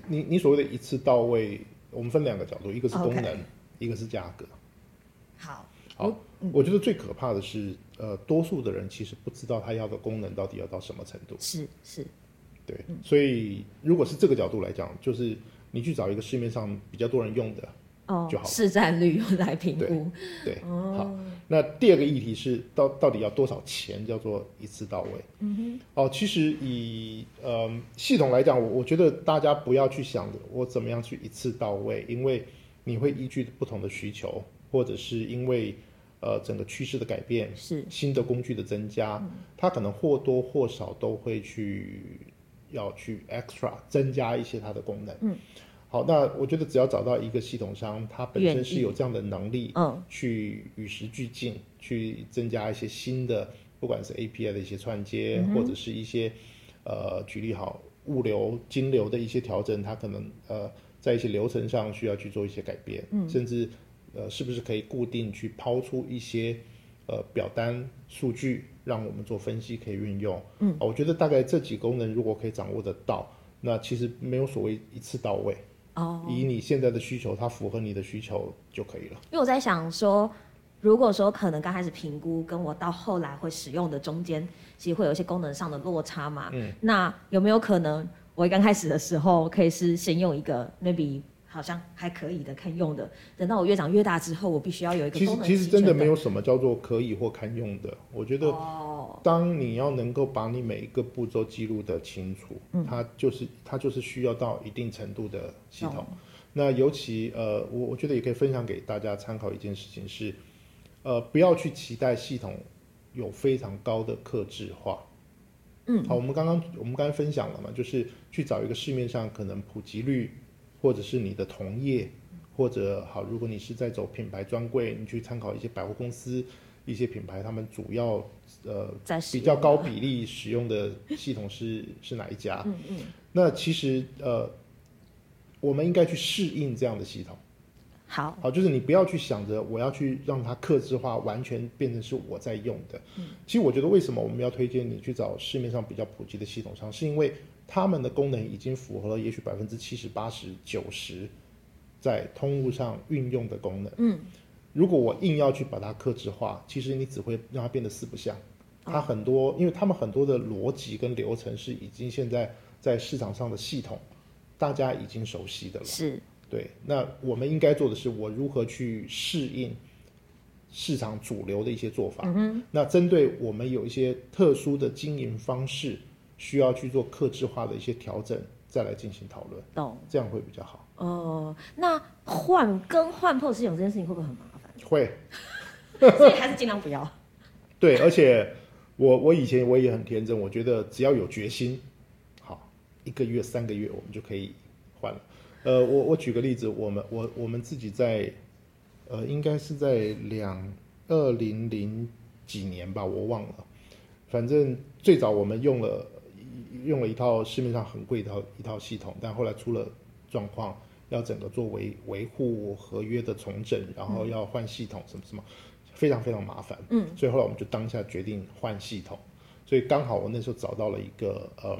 Speaker 1: 你你所谓的一次到位，我们分两个角度，一个是功
Speaker 2: OK
Speaker 1: 能一个是价格。
Speaker 2: 好，
Speaker 1: 好，
Speaker 2: 嗯
Speaker 1: 我觉得最可怕的是，呃，多数的人其实不知道他要的功能到底要到什么程度。
Speaker 2: 是是，
Speaker 1: 对，
Speaker 2: 嗯
Speaker 1: 所以如果是这个角度来讲，就是你去找一个市面上比较多人用的，
Speaker 2: 哦
Speaker 1: 就，好了
Speaker 2: 市占率又来评估，
Speaker 1: 对，好。那第二个议题是到到底要多少钱叫做一次到位？嗯哼。哦，其实以呃系统来讲，我我觉得大家不要去想我怎么样去一次到位，因为你会依据不同的需求，或者是因为呃整个趋势的改变，
Speaker 2: 是
Speaker 1: 新的工具的增加，它可能或多或少都会去要去 extra 增加一些它的功能。嗯，好，那我觉得只要找到一个系统商，它本身是
Speaker 2: 愿意
Speaker 1: 有这样的能力，
Speaker 2: 嗯，
Speaker 1: 去与时俱进，去增加一些新的，不管是 API 的一些串接，或者是一些呃，举例好物流、金流的一些调整，它可能呃在一些流程上需要去做一些改变，甚至呃是不是可以固定去抛出一些呃表单数据，让我们做分析可以运用。嗯、我觉得大概这几个功能如果可以掌握得到，那其实没有所谓一次到位，
Speaker 2: 哦，
Speaker 1: 以你现在的需求，它符合你的需求就可以了。
Speaker 2: 因为我在想说，如果说可能刚开始评估，跟我到后来会使用的中间，其实会有一些功能上的落差嘛。嗯，那有没有可能我刚开始的时候可以是先用一个 maybe 好像还可以的堪用的，等到我越长越大之后，我必须要有一个
Speaker 1: 其实
Speaker 2: 功能
Speaker 1: 其实真的没
Speaker 2: 有，
Speaker 1: 有什么叫做可以或堪用的，我觉得
Speaker 2: 哦，
Speaker 1: 当你要能够把你每一个步骤记录的清楚，它就是它就是需要到一定程度的系统。那尤其呃，我我觉得也可以分享给大家参考一件事情是，呃，不要去期待系统有非常高的克制化。嗯，好，我们刚刚我们刚才分享了嘛，就是去找一个市面上可能普及率，或者是你的同业，或者好，如果你是在走品牌专柜，你去参考一些百货公司、一些品牌，他们主要呃
Speaker 2: 在使
Speaker 1: 比
Speaker 2: 用
Speaker 1: 较高比例使用的系统是 <laughs> 是哪一家？嗯嗯。那其实呃，我们应该去适应这样的系统。
Speaker 2: 好，
Speaker 1: 好，就是你不要去想着我要去让它克制化，完全变成是我在用的。其实我觉得为什么我们要推荐你去找市面上比较普及的系统商，是因为他们的功能已经符合了也许百分之七十、八十、九十在通路上运用的功能。嗯，如果我硬要去把它克制化，其实你只会让它变得四不像。它很多，因为他们很多的逻辑跟流程是已经现在在市场上的系统，大家已经熟悉的了。
Speaker 2: 是
Speaker 1: 对，那我们应该做的是，我如何去适应市场主流的一些做法。嗯、那针对我们有一些特殊的经营方式，需要去做克制化的一些调整，再来进行讨论，
Speaker 2: 懂
Speaker 1: 这样会比较好。
Speaker 2: 哦、那换更换 POS 系统这件事情会不会很麻
Speaker 1: <laughs>
Speaker 2: 烦？
Speaker 1: 会，
Speaker 2: 所以还是尽量
Speaker 1: <laughs>
Speaker 2: 不要。
Speaker 1: 对，而且我我以前我也很天真，我觉得只要有决心，好，一个月、三个月我们就可以换了。呃，我我举个例子，我们我我们自己在，呃，应该是在两二零零几年吧，我忘了。反正最早我们用了用了一套市面上很贵的一套一套系统，但后来出了状况，要整个做维维护合约的重整，然后要换系统什么什么，非常非常麻烦。嗯，所以后来我们就当下决定换系统。所以刚好我那时候找到了一个，嗯，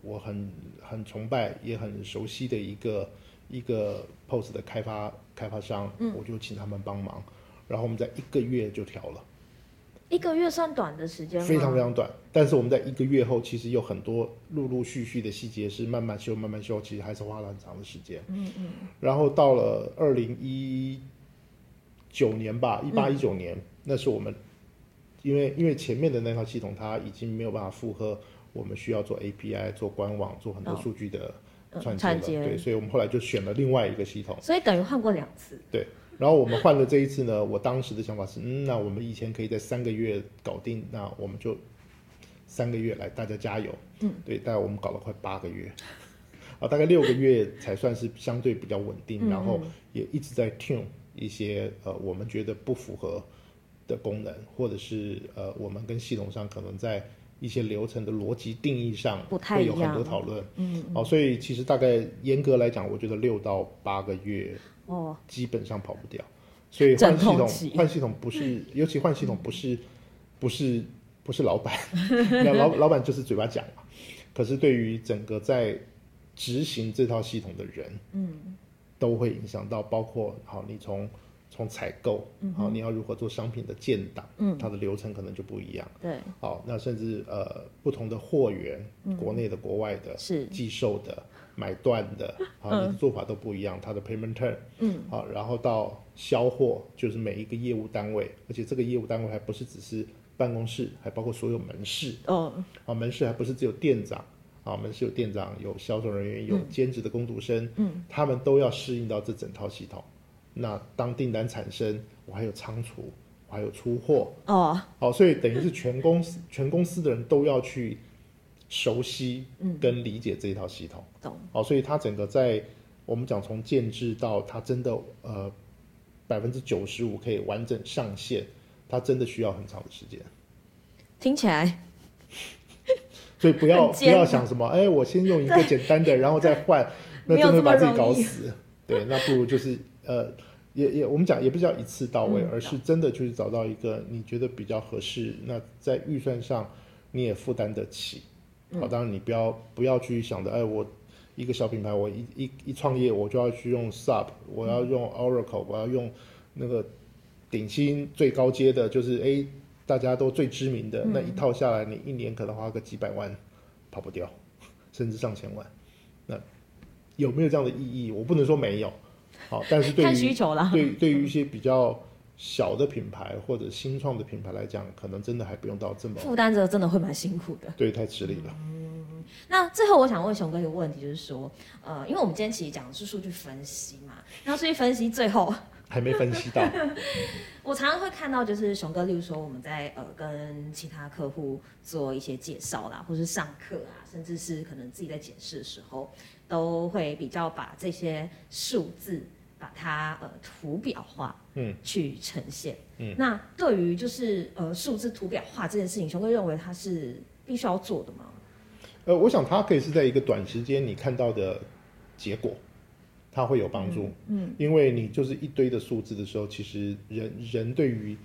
Speaker 1: 我很很崇拜也很熟悉的一个一个 POS 的开发开发商，我就请他们帮忙，然后我们在一个月就调了。
Speaker 2: 一个月算短的时间吗？
Speaker 1: 非常非常短。但是我们在一个月后，其实有很多陆陆续续的细节是慢慢修、慢慢修，其实还是花了很长的时间。嗯嗯。然后到了二零一九年吧，
Speaker 2: 嗯
Speaker 1: 一八一九年，那是我们因为因为前面的那套系统它已经没有办法负荷，我们需要做 API、做官网、做很多
Speaker 2: 哦
Speaker 1: 数据的
Speaker 2: 嗯
Speaker 1: 串接了。
Speaker 2: 串接
Speaker 1: 对，所以我们后来就选了另外一个系统。
Speaker 2: 所以等于换过两次。
Speaker 1: 然后我们换了这一次呢，我当时的想法是，嗯，那我们以前可以在三个月搞定，那我们就三个月来，大家加油。嗯，对，但我们搞了快八个月，啊，大概六个月才算是相对比较稳定，然
Speaker 2: 嗯
Speaker 1: 后也一直在 tune 一些呃我们觉得不符合的功能，或者是呃我们跟系统上可能在一些流程的逻辑定义上
Speaker 2: 不太
Speaker 1: 会有
Speaker 2: 一样
Speaker 1: 很多讨论。嗯，哦，所以其实大概严格来讲，我觉得六到八个月。
Speaker 2: 哦，
Speaker 1: 基本上跑不掉。所以换系
Speaker 2: 阵痛
Speaker 1: 统
Speaker 2: 期，
Speaker 1: 换系统不是，尤其换系统不是，不是不是老板， <laughs> 那老老板就是嘴巴讲嘛。可是对于整个在执行这套系统的人，嗯，都会影响到，包括好，你从从采购，
Speaker 2: 嗯
Speaker 1: 好，你要如何做商品的建档，嗯，它的流程可能就不一样。
Speaker 2: 对，
Speaker 1: 好，那甚至呃不同的货源，
Speaker 2: 嗯
Speaker 1: 国内的、国外的，
Speaker 2: 是
Speaker 1: 寄售的、买断 <laughs> 的，啊，你的做法都不一样，它的 payment term，嗯，好，然后到销货，就是每一个业务单位，而且这个业务单位还不是只是办公室，还包括所有门市，
Speaker 2: 哦，
Speaker 1: 啊，门市还不是只有店长，啊，门市有店长，有销售人员，有兼职的工读生，嗯，他们都要适应到这整套系统。那当订单产生，我还有仓储，我还有出货，
Speaker 2: 哦，
Speaker 1: 好，所以等于是全公司全公司的人都要去熟悉跟理解这一套系统。
Speaker 2: 懂。
Speaker 1: 好，所以它整个在我们讲从建制到它真的呃百分之九十五可以完整上线，它真的需要很长的时间。
Speaker 2: 听起来
Speaker 1: 所以不要
Speaker 2: 很
Speaker 1: 不
Speaker 2: 艰
Speaker 1: 要想什么，哎，我先用一个简单的，然后再
Speaker 2: <laughs>
Speaker 1: 换，那
Speaker 2: 没有
Speaker 1: 真的
Speaker 2: 这么
Speaker 1: 把自己
Speaker 2: 容
Speaker 1: 搞
Speaker 2: 易
Speaker 1: 死。对，那不如就是呃，也也我们讲也不叫一次到
Speaker 2: 嗯
Speaker 1: 位，而是真的就是找到一个你觉得比较合适，那在预算上你也负担得起。
Speaker 2: 嗯
Speaker 1: 好，当然你不要不要去想着，哎，我一个小品牌，我一一一创业，我就要去用 SAP，我
Speaker 2: 嗯
Speaker 1: 要用 Oracle，我要用那个顶薪最高阶的，就是哎，大家都最知名
Speaker 2: 嗯
Speaker 1: 的、那一套下来，你一年可能花个几百万，跑不掉， <laughs> 甚至上千万。那有没有这样的意义？我不能说没有，好，但是对
Speaker 2: 看需
Speaker 1: 于
Speaker 2: 求啦。
Speaker 1: 对对于一些比较小的品牌或者新创的品牌来讲，可能真的还不用到这么
Speaker 2: 负担着真的会蛮辛苦的。
Speaker 1: 对太吃力了。
Speaker 2: 那最后我想问熊哥一个问题，就是说，呃，因为我们今天其实讲的是数据分析嘛，然后数据分析最后
Speaker 1: 还没分析到，
Speaker 2: 我常常会看到，就是熊哥，例如说我们在呃跟其他客户做一些介绍啦，或是上课啊，甚至是可能自己在解释的时候，都会比较把这些数字把它呃图表化，
Speaker 1: 嗯，
Speaker 2: 去呈现，嗯。那对于就是呃数字图表化这件事情，熊哥认为它是必须要做的吗？
Speaker 1: 呃，我想它可以是在一个短时间你看到的结果，它会有帮助。嗯，因为你就是一堆的数字的时候，其实人人对于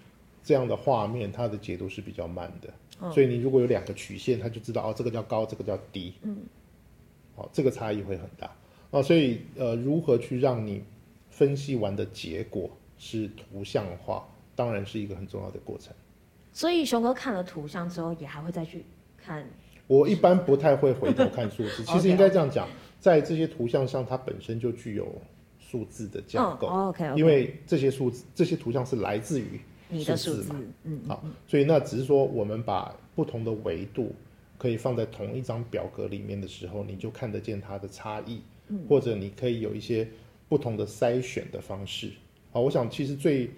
Speaker 1: 这样的画面，它的解读是比较慢的。所以你如果有两个曲线，他就知道哦，这个叫高，这个叫低。嗯，哦，这个差异会很大。哦，所以呃，如何去让你分析完的结果是图像化，当然是一个很重要的过程。
Speaker 2: 所以熊哥看了图像之后，也还会再去看，
Speaker 1: 我一般不太会回头看数
Speaker 2: <laughs>
Speaker 1: 字，其实应该这样讲，在这些图像上，它本身就具有数字的架
Speaker 2: 嗯
Speaker 1: 构，
Speaker 2: ，OK，
Speaker 1: 因为这些数字、这些图像是来自于
Speaker 2: 你的
Speaker 1: 数
Speaker 2: 数
Speaker 1: 字
Speaker 2: 字
Speaker 1: 嘛，
Speaker 2: 嗯，
Speaker 1: 好，所以那只是说我们把不同的维度可以放在同一张表格里面的时候，你就看得见它的差异，
Speaker 2: 嗯
Speaker 1: 或者你可以有一些不同的筛选的方式。好，我想其实最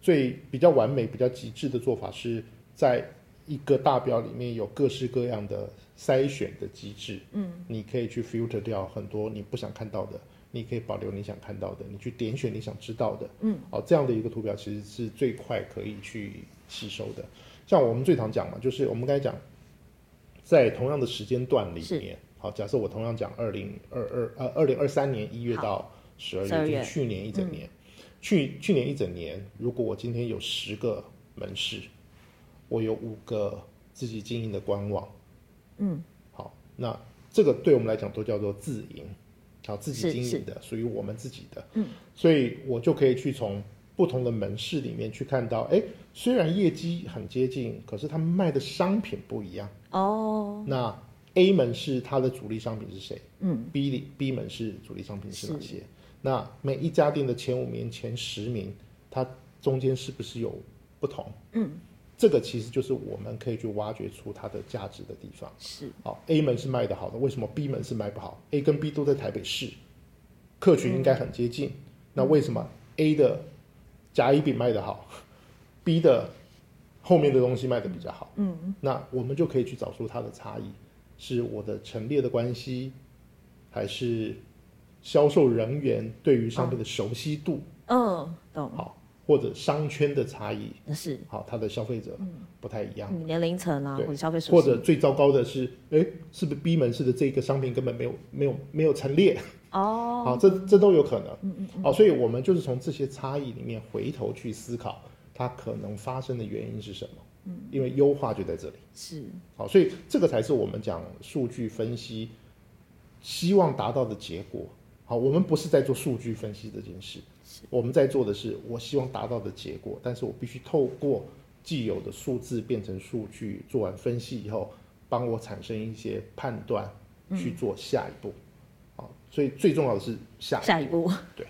Speaker 1: 最比较完美、比较极致的做法是在一个大表里面有各式各样的筛选的机制，嗯，你可以去 filter 掉很多你不想看到的。你可以保留你想看到的，你去点选你想知道的，嗯，好，这样的一个图表其实是最快可以去吸收的。像我们最常讲嘛，就是我们刚才讲，在同样的时间段里
Speaker 2: 是
Speaker 1: 面，好，假设我同样讲二零二二呃二零二三年一月到十二月，
Speaker 2: 12
Speaker 1: 就
Speaker 2: 月
Speaker 1: 是去年一整年，去去年一整年，如果我今天有十个门市，我有五个自己经营的官网，嗯，好，那这个对我们来讲都叫做自营，好，自己
Speaker 2: 是
Speaker 1: 经
Speaker 2: 是
Speaker 1: 营的，属于我们自己的，嗯，所以我就可以去从不同的门市里面去看到，哎，虽然业绩很接近，可是他们卖的商品不一样。
Speaker 2: 哦，
Speaker 1: 那 A 门市它的主力商品是谁？嗯，B 里 B 门市主力商品是哪些？那每一家店的前五名、前十名，它中间是不是有不同？嗯，这个其实就是我们可以去挖掘出它的价值的地方。
Speaker 2: 是
Speaker 1: 好，A 哦门是卖的好的，为什么 B 门是卖不好？A 跟 B 都在台北市，客群应该很接近，那为什么 A 的甲乙丙卖的好，B 的后面的东西卖的比较好？嗯，那我们就可以去找出它的差异，是我的陈列的关系，还是销售人员对于商品的熟悉度，
Speaker 2: 嗯，懂，
Speaker 1: 好，或者商圈的差异，
Speaker 2: 是
Speaker 1: 好，它的消费者不太一样。
Speaker 2: 嗯年龄层啊，或
Speaker 1: 对
Speaker 2: 者消费
Speaker 1: 或
Speaker 2: 属性，
Speaker 1: 者最糟糕的是，哎，是不是 B 门市的这个商品根本没有没有没有陈列？
Speaker 2: 哦，
Speaker 1: 啊，这这都有可能。嗯嗯好，所以我们就是从这些差异里面回头去思考，它可能发生的原因是什么？嗯，因为优化就在这里。
Speaker 2: 是
Speaker 1: 好，所以这个才是我们讲数据分析希望达到的结果。好，我们不是在做数据分析这件事，我们在做的是我希望达到的结果，但是我必须透过既有的数字变成数据，做完分析以后，帮我产生一些判断，去做下一步。好，所以最重要的是下
Speaker 2: 下一步。
Speaker 1: 对。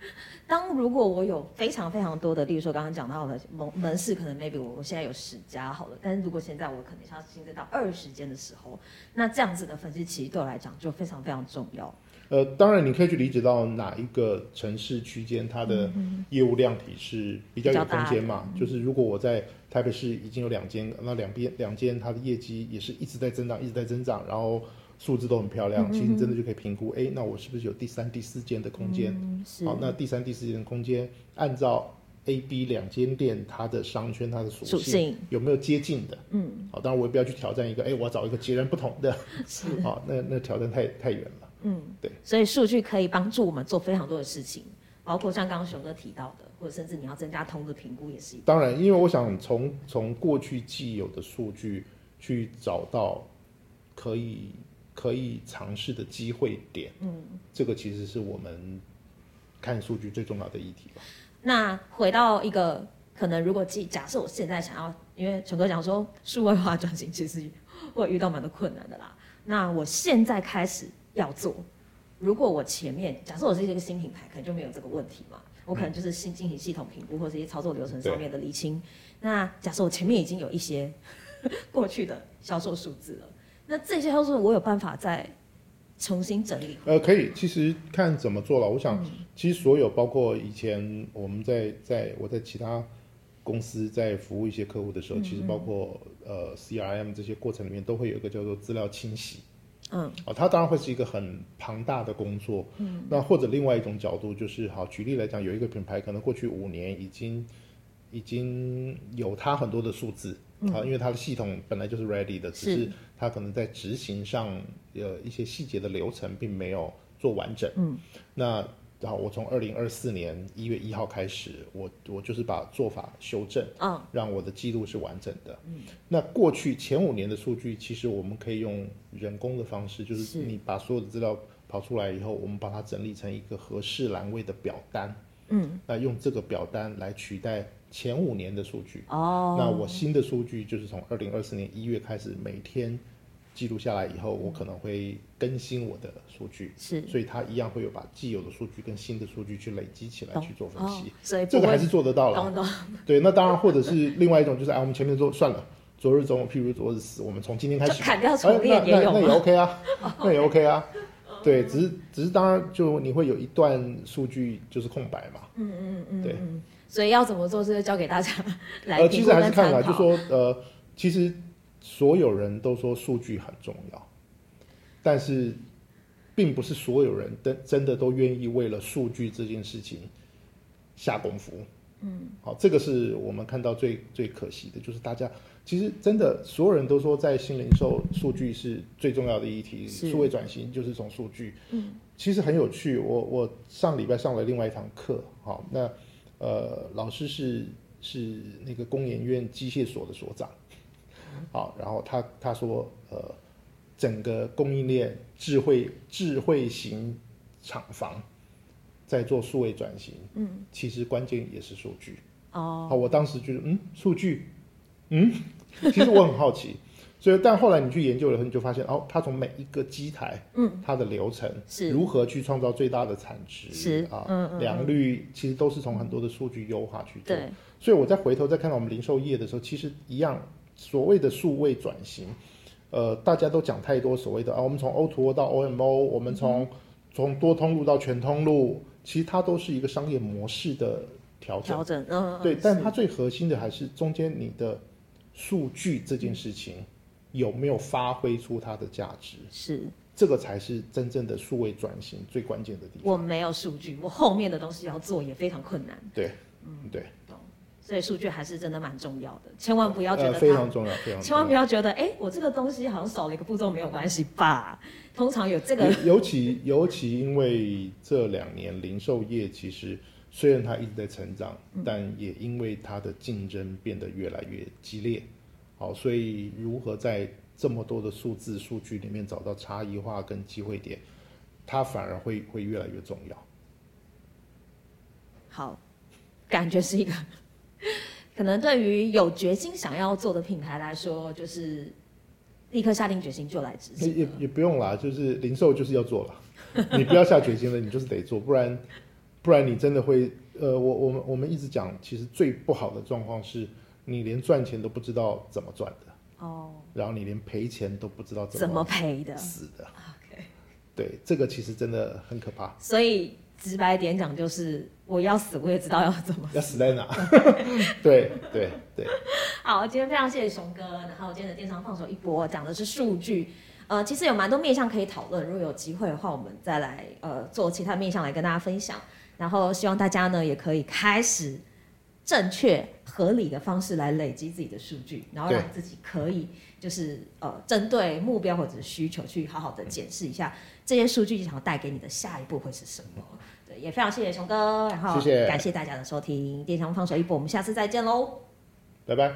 Speaker 2: <laughs> 当如果我有非常非常多的，例如说刚刚讲到的门门市，可能 maybe 我现在有十家好了，但是如果现在我可能要新增到二十间的时候，那这样子的分析其实对我来讲就非常非常重要。
Speaker 1: 呃，当然你可以去理解到哪一个城市区间它的业务量体是比较有空间嘛，就是如果我在台北市已经有两间，那两边两间它的业绩也是一直在增长，一直在增长，然后数字都很漂亮，其实你真的就可以评估，哎，那我是不是有第三、第四间的空间？
Speaker 2: 嗯，是
Speaker 1: 好，那第三、第四间的空间，按照 A、B 两间店它的商圈它的属
Speaker 2: 属性
Speaker 1: 有没有接近的？嗯，好，当然我也不要去挑战一个，哎，我要找一个截然不同的，
Speaker 2: 是，
Speaker 1: <laughs> 好，那那挑战太太远了。
Speaker 2: 所以数据可以帮助我们做非常多的事情，包括像刚刚熊哥提到的，或者甚至你要增加通知评估也是一
Speaker 1: 当然，因为我想从从过去既有的数据去找到可以可以尝试的机会点，嗯，这个其实是我们看数据最重要的议题吧。
Speaker 2: 那回到一个可能，如果自己假设我现在想要，因为陈哥讲说数位化转型其实会遇到蛮多困难的啦。那我现在开始要做，如果我前面假设我是一个新品牌，可能就没有这个问题嘛。我可能就是新进行系统评估或者一些操作流程上面的厘清。那假设我前面已经有一些过去的销售数字了，那这些销售我有办法再重新整理。
Speaker 1: 呃，可以，其实看怎么做了。我想，其实所有包括以前我们在在我在其他公司在服务一些客户的时候，其实包括呃 CRM 这些过程里面，都会有一个叫做资料清洗。
Speaker 2: 嗯，
Speaker 1: 哦，它当然会是一个很庞大的工作。嗯，那或者另外一种角度就是，好，举例来讲，有一个品牌可能过去五年已经已经有它很多的数字。啊，因为它的系统本来就是 ready 的，只
Speaker 2: 嗯是
Speaker 1: 是它可能在执行上，呃，一些细节的流程并没有做完整。嗯，那好，我从二零二四年一月一号开始，我我就是把做法修正，
Speaker 2: 嗯，
Speaker 1: 让我的记录是完整的。嗯，那过去前五年的数据，其实我们可以用人工的方式，就是
Speaker 2: 是
Speaker 1: 你把所有的资料跑出来以后，我们把它整理成一个合适栏位的表单。嗯，那用这个表单来取代前五年的数据。
Speaker 2: 哦，
Speaker 1: 那我新的数据就是从二零二四年一月开始，每天记录下来以后，我可能会更新我的数据，
Speaker 2: 是
Speaker 1: 所以它一样会有把既有的数据跟新的数据去累积起来去做分析，，
Speaker 2: 哦所以
Speaker 1: 这
Speaker 2: 不
Speaker 1: 个还
Speaker 2: 会
Speaker 1: 是做得到了。
Speaker 2: 懂懂。
Speaker 1: 对，那当然或者是另外一种就是，哎，我们前面做算了。昨日中午，譬如昨日死，我们从今天开
Speaker 2: 就
Speaker 1: 始
Speaker 2: 砍掉
Speaker 1: 哎
Speaker 2: 重练也
Speaker 1: 那
Speaker 2: 有
Speaker 1: 那那也
Speaker 2: 吗
Speaker 1: OK
Speaker 2: <laughs>
Speaker 1: 啊，那也 OK 啊。对，只是只是当然就你会有一段数据就是空白嘛，
Speaker 2: 嗯所以要怎么做，这就交给大家来
Speaker 1: 呃，
Speaker 2: 评
Speaker 1: 其
Speaker 2: 估
Speaker 1: 实还是
Speaker 2: 跟
Speaker 1: 看
Speaker 2: 参
Speaker 1: 来，就
Speaker 2: 考。
Speaker 1: 说呃，其实所有人都说数据很重要，但是并不是所有人真真的都愿意为了数据这件事情下功夫。嗯，好，这个是我们看到最最可惜的，就是大家其实真的所有人都说，在新零售数据是最重要的议题，
Speaker 2: 是
Speaker 1: 数位转型就是从数据。嗯，其实很有趣，我我上礼拜上了另外一堂课，好，那呃，老师是是那个工研院机械所的所长，好，然后他他说，呃，整个供应链智慧智慧型厂房在做数位转型，嗯，其实关键也是数据。哦，好，我当时觉得，嗯，数据，嗯，其实我很好奇，所以但后来你去研究了很久，发现哦，它从每一个机台，嗯，它的流程
Speaker 2: 是
Speaker 1: 如何去创造最大的产值，
Speaker 2: 是
Speaker 1: 啊，
Speaker 2: 嗯嗯
Speaker 1: 良率其实都是从很多的数据优化去做。
Speaker 2: 对，
Speaker 1: 所以我再回头再看到我们零售业的时候，其实一样，所谓的数位转型，呃，大家都讲太多所谓的啊，我们从 O to O 到 OMO，我们
Speaker 2: 嗯
Speaker 1: 从、从多通路到全通路，其实它都是一个商业模式的调整。
Speaker 2: 调整，嗯，嗯
Speaker 1: 对，
Speaker 2: 嗯
Speaker 1: 但
Speaker 2: 是
Speaker 1: 它最核心的还是中间你的数据这件事情有没有发挥出它的价值，
Speaker 2: 是
Speaker 1: 这个才是真正的数位转型最关键的地方。
Speaker 2: 我没有数据，我后面的东西要做也非常困难，
Speaker 1: 对，
Speaker 2: 嗯
Speaker 1: 对，
Speaker 2: 所以数据还是真的蛮重要的，千万不要觉
Speaker 1: 呃
Speaker 2: 得
Speaker 1: 非
Speaker 2: 它
Speaker 1: 常重要，非常
Speaker 2: 千
Speaker 1: 重要
Speaker 2: 万。不要觉得，哎、我这个东西好像少了一个步骤没有关系吧？通常有这个，
Speaker 1: 尤尤其尤其因为这两年零售业其实虽然它一直在成长，
Speaker 2: 嗯
Speaker 1: 但也因为它的竞争变得越来越激烈，好，所以如何在这么多的数字数据里面找到差异化跟机会点，它反而会会越来越重要。
Speaker 2: 好，感觉是一个， <laughs> 可能对于有决心想要做的品牌来说，就是立刻下定决心就来执
Speaker 1: 也
Speaker 2: 行
Speaker 1: 也
Speaker 2: 了。
Speaker 1: 也不用啦，就是零售就是要做了， <laughs> 你不要下决心了，你就是得做，不然不然你真的会呃，我我们我们一直讲，其实最不好的状况是你连赚钱都不知道怎么赚的，
Speaker 2: 哦，
Speaker 1: 然后你连赔钱都不知道
Speaker 2: 怎
Speaker 1: 怎
Speaker 2: 么赔的
Speaker 1: 死的，
Speaker 2: ？OK，
Speaker 1: 对，这个其实真的很可怕，
Speaker 2: 所以直白点讲，就是我要死，我也知道要怎么。
Speaker 1: 要死在哪？ <laughs> 对对对，
Speaker 2: <laughs> 好，今天非常谢谢熊哥，然后今天的电商放手一搏讲的是数据。呃，其实有蛮多面向可以讨论，如果有机会的话，我们再来呃做其他面向来跟大家分享。然后希望大家呢也可以开始正确合理的方式来累积自己的数据，然后让自己可以就是呃针对目标或者是需求去好好的检视一下这些数据想要带给你的下一步会是什么。对，也非常谢谢熊哥，然后
Speaker 1: 谢谢
Speaker 2: 感谢大家的收听，电商放手一搏，我们下次再见喽。
Speaker 1: 拜拜。